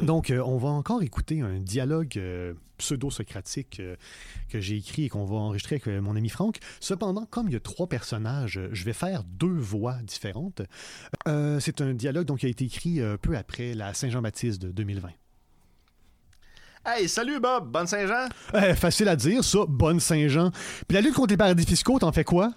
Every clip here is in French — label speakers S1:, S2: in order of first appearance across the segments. S1: Donc, euh, on va encore écouter un dialogue euh, pseudo-socratique euh, que j'ai écrit et qu'on va enregistrer avec euh, mon ami Franck. Cependant, comme il y a trois personnages, euh, je vais faire deux voix différentes. Euh, c'est un dialogue donc, qui a été écrit euh, peu après la Saint-Jean-Baptiste de 2020.
S2: Hey, salut Bob, bonne Saint-Jean.
S1: Euh, facile à dire, ça, bonne Saint-Jean. Puis la lutte contre les paradis fiscaux, t'en fais quoi?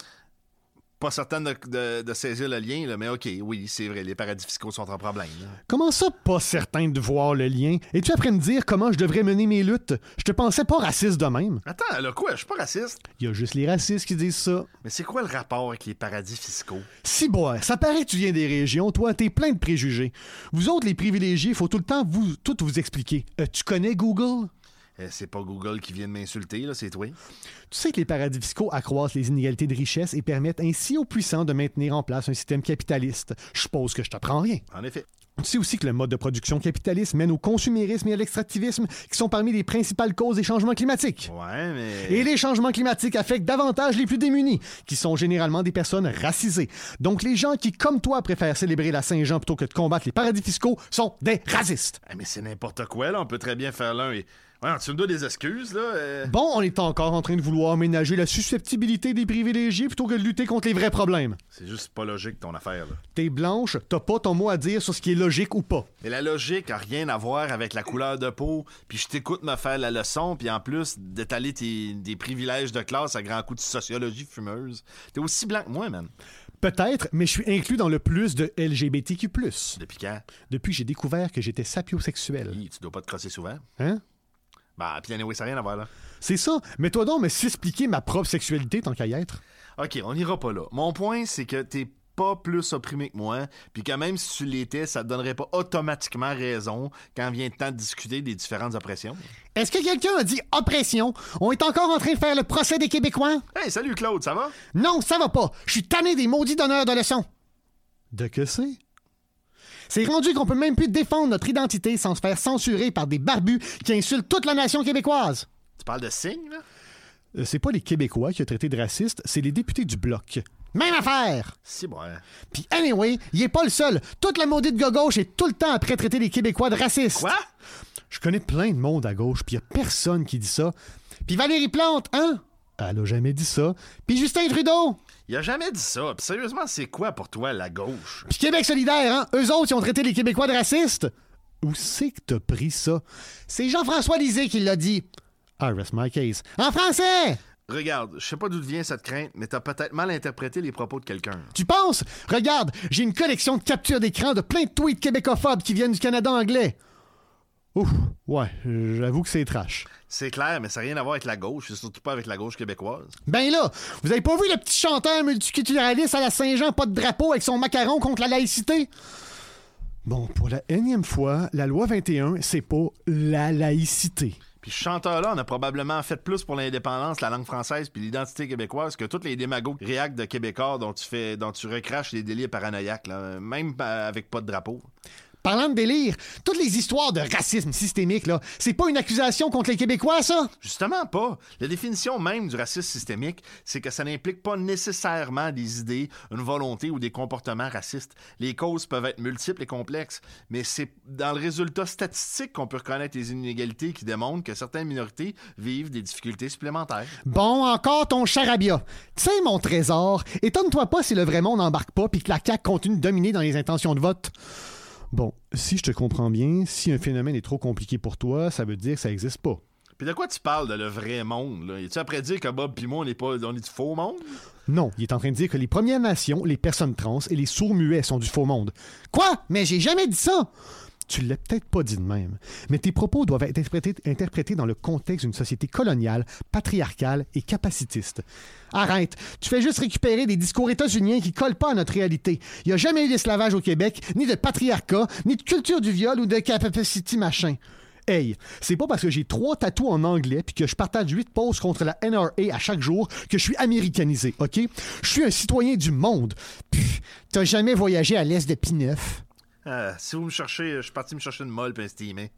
S2: Pas certain de, de- de saisir le lien, là, mais ok, oui, c'est vrai, les paradis fiscaux sont en problème. là.
S1: Comment ça, pas certain de voir le lien? Es-tu après me dire comment je devrais mener mes luttes? Je te pensais pas raciste de même.
S2: Attends, là, quoi, je suis pas raciste.
S1: Il y a juste les racistes qui disent ça.
S2: Mais c'est quoi le rapport avec les paradis fiscaux?
S1: Si bois, ça paraît que tu viens des régions, toi, t'es plein de préjugés. Vous autres, les privilégiés, faut tout le temps vous, tout vous expliquer. Euh, tu connais Google?
S2: Euh, c'est pas Google qui vient de m'insulter, là, c'est toi.
S1: Tu sais que les paradis fiscaux accroissent les inégalités de richesse et permettent ainsi aux puissants de maintenir en place un système capitaliste. Je suppose que je t'apprends rien.
S2: En effet.
S1: Tu sais aussi que le mode de production capitaliste mène au consumérisme et à l'extractivisme qui sont parmi les principales causes des changements climatiques.
S2: Ouais, mais.
S1: Et les changements climatiques affectent davantage les plus démunis, qui sont généralement des personnes racisées. Donc les gens qui, comme toi, préfèrent célébrer la Saint-Jean plutôt que de combattre les paradis fiscaux sont des racistes.
S2: Ah, mais c'est n'importe quoi, là, on peut très bien faire l'un et. Ouais, tu me dois des excuses, là. euh.
S1: Bon, on est encore en train de vouloir ménager la susceptibilité des privilégiés plutôt que de lutter contre les vrais problèmes.
S2: C'est juste pas logique ton affaire, là.
S1: T'es blanche, t'as pas ton mot à dire sur ce qui est logique ou pas.
S2: Mais la logique a rien à voir avec la couleur de peau, puis je t'écoute me faire la leçon, puis en plus d'étaler tes, des privilèges de classe à grands coups de sociologie fumeuse. T'es aussi blanc que moi, man.
S1: Peut-être, mais je suis inclus dans le plus de LGBTQ+.
S2: Depuis quand?
S1: Depuis que j'ai découvert que j'étais sapiosexuel.
S2: Hi, tu dois pas te crosser souvent.
S1: Hein?
S2: Bah, puis anyway, ça n'a rien à voir, là.
S1: C'est ça. Mais toi donc, mais s'expliquer ma propre sexualité tant qu'à y être.
S2: OK, on ira pas là. Mon point, c'est que t'es pas plus opprimé que moi, puis quand même, si tu l'étais, ça te donnerait pas automatiquement raison quand vient le temps de discuter des différentes oppressions.
S1: Est-ce que quelqu'un a dit oppression? On est encore en train de faire le procès des Québécois?
S2: Hey, salut Claude, ça va?
S1: Non, ça va pas. Je suis tanné des maudits donneurs de leçons. De que c'est? C'est rendu qu'on peut même plus défendre notre identité sans se faire censurer par des barbus qui insultent toute la nation québécoise.
S2: Tu parles de signes, là?
S1: Euh, C'est pas les Québécois qui ont traité de racistes, c'est les députés du Bloc. Même affaire!
S2: Si, bon. hein.
S1: Puis anyway, il est pas le seul. Toute la maudite de gauche est tout le temps après traiter les Québécois de racistes.
S2: Quoi?
S1: Je connais plein de monde à gauche, puis il a personne qui dit ça. Puis Valérie Plante, hein? Elle a jamais dit ça. Puis Justin Trudeau,
S2: Il a jamais dit ça. Puis sérieusement, c'est quoi pour toi la gauche?
S1: puis Québec solidaire, hein? Eux autres, ils ont traité les Québécois de racistes. Où c'est que t'as pris ça? C'est Jean-François Lisée qui l'a dit. I rest my case. En français!
S2: Regarde, je sais pas d'où vient cette crainte, mais t'as peut-être mal interprété les propos de quelqu'un.
S1: Tu penses? Regarde, j'ai une collection de captures d'écran de plein de tweets québécophobes qui viennent du Canada anglais. Ouf, ouais, j'avoue que c'est trash.
S2: C'est clair, mais ça n'a rien à voir avec la gauche, et surtout pas avec la gauche québécoise.
S1: Ben là, vous avez pas vu le petit chanteur multiculturaliste à la Saint-Jean, pas de drapeau, avec son macaron contre la laïcité? Bon, pour la énième fois, la loi 21, c'est pas la laïcité.
S2: Puis ce chanteur-là, on a probablement fait plus pour l'indépendance, la langue française puis l'identité québécoise que toutes les démagos réactes de Québécois dont tu fais, dont tu recraches les délires paranoïaques, là, même pa- avec pas de drapeau.
S1: Parlant de délire, toutes les histoires de racisme systémique, là, c'est pas une accusation contre les Québécois, ça?
S2: Justement pas. La définition même du racisme systémique, c'est que ça n'implique pas nécessairement des idées, une volonté ou des comportements racistes. Les causes peuvent être multiples et complexes, mais c'est dans le résultat statistique qu'on peut reconnaître les inégalités qui démontrent que certaines minorités vivent des difficultés supplémentaires.
S1: Bon, encore ton charabia. Tu sais, mon trésor, étonne-toi pas si le vrai monde n'embarque pas puis que la CAQ continue de dominer dans les intentions de vote. Bon, si je te comprends bien, si un phénomène est trop compliqué pour toi, ça veut dire que ça existe pas.
S2: Puis de quoi tu parles de le vrai monde là Es-tu après dire que Bob pis moi on est pas on est du faux monde
S1: Non, il est en train de dire que les Premières Nations, les personnes trans et les sourds-muets sont du faux monde. Quoi? Mais j'ai jamais dit ça! Tu l'as peut-être pas dit de même, mais tes propos doivent être interprétés, interprétés dans le contexte d'une société coloniale, patriarcale et capacitiste. Arrête, tu fais juste récupérer des discours états-uniens qui collent pas à notre réalité. Il n'y a jamais eu d'esclavage au Québec, ni de patriarcat, ni de culture du viol ou de capacity machin. Hey, c'est pas parce que j'ai trois tatous en anglais puis que je partage huit pauses contre la NRA à chaque jour que je suis américanisé, OK? Je suis un citoyen du monde. Pff, T'as jamais voyagé à l'est de P9?
S2: Ah, Si vous me cherchez, je suis parti me chercher une molle puis un steamer.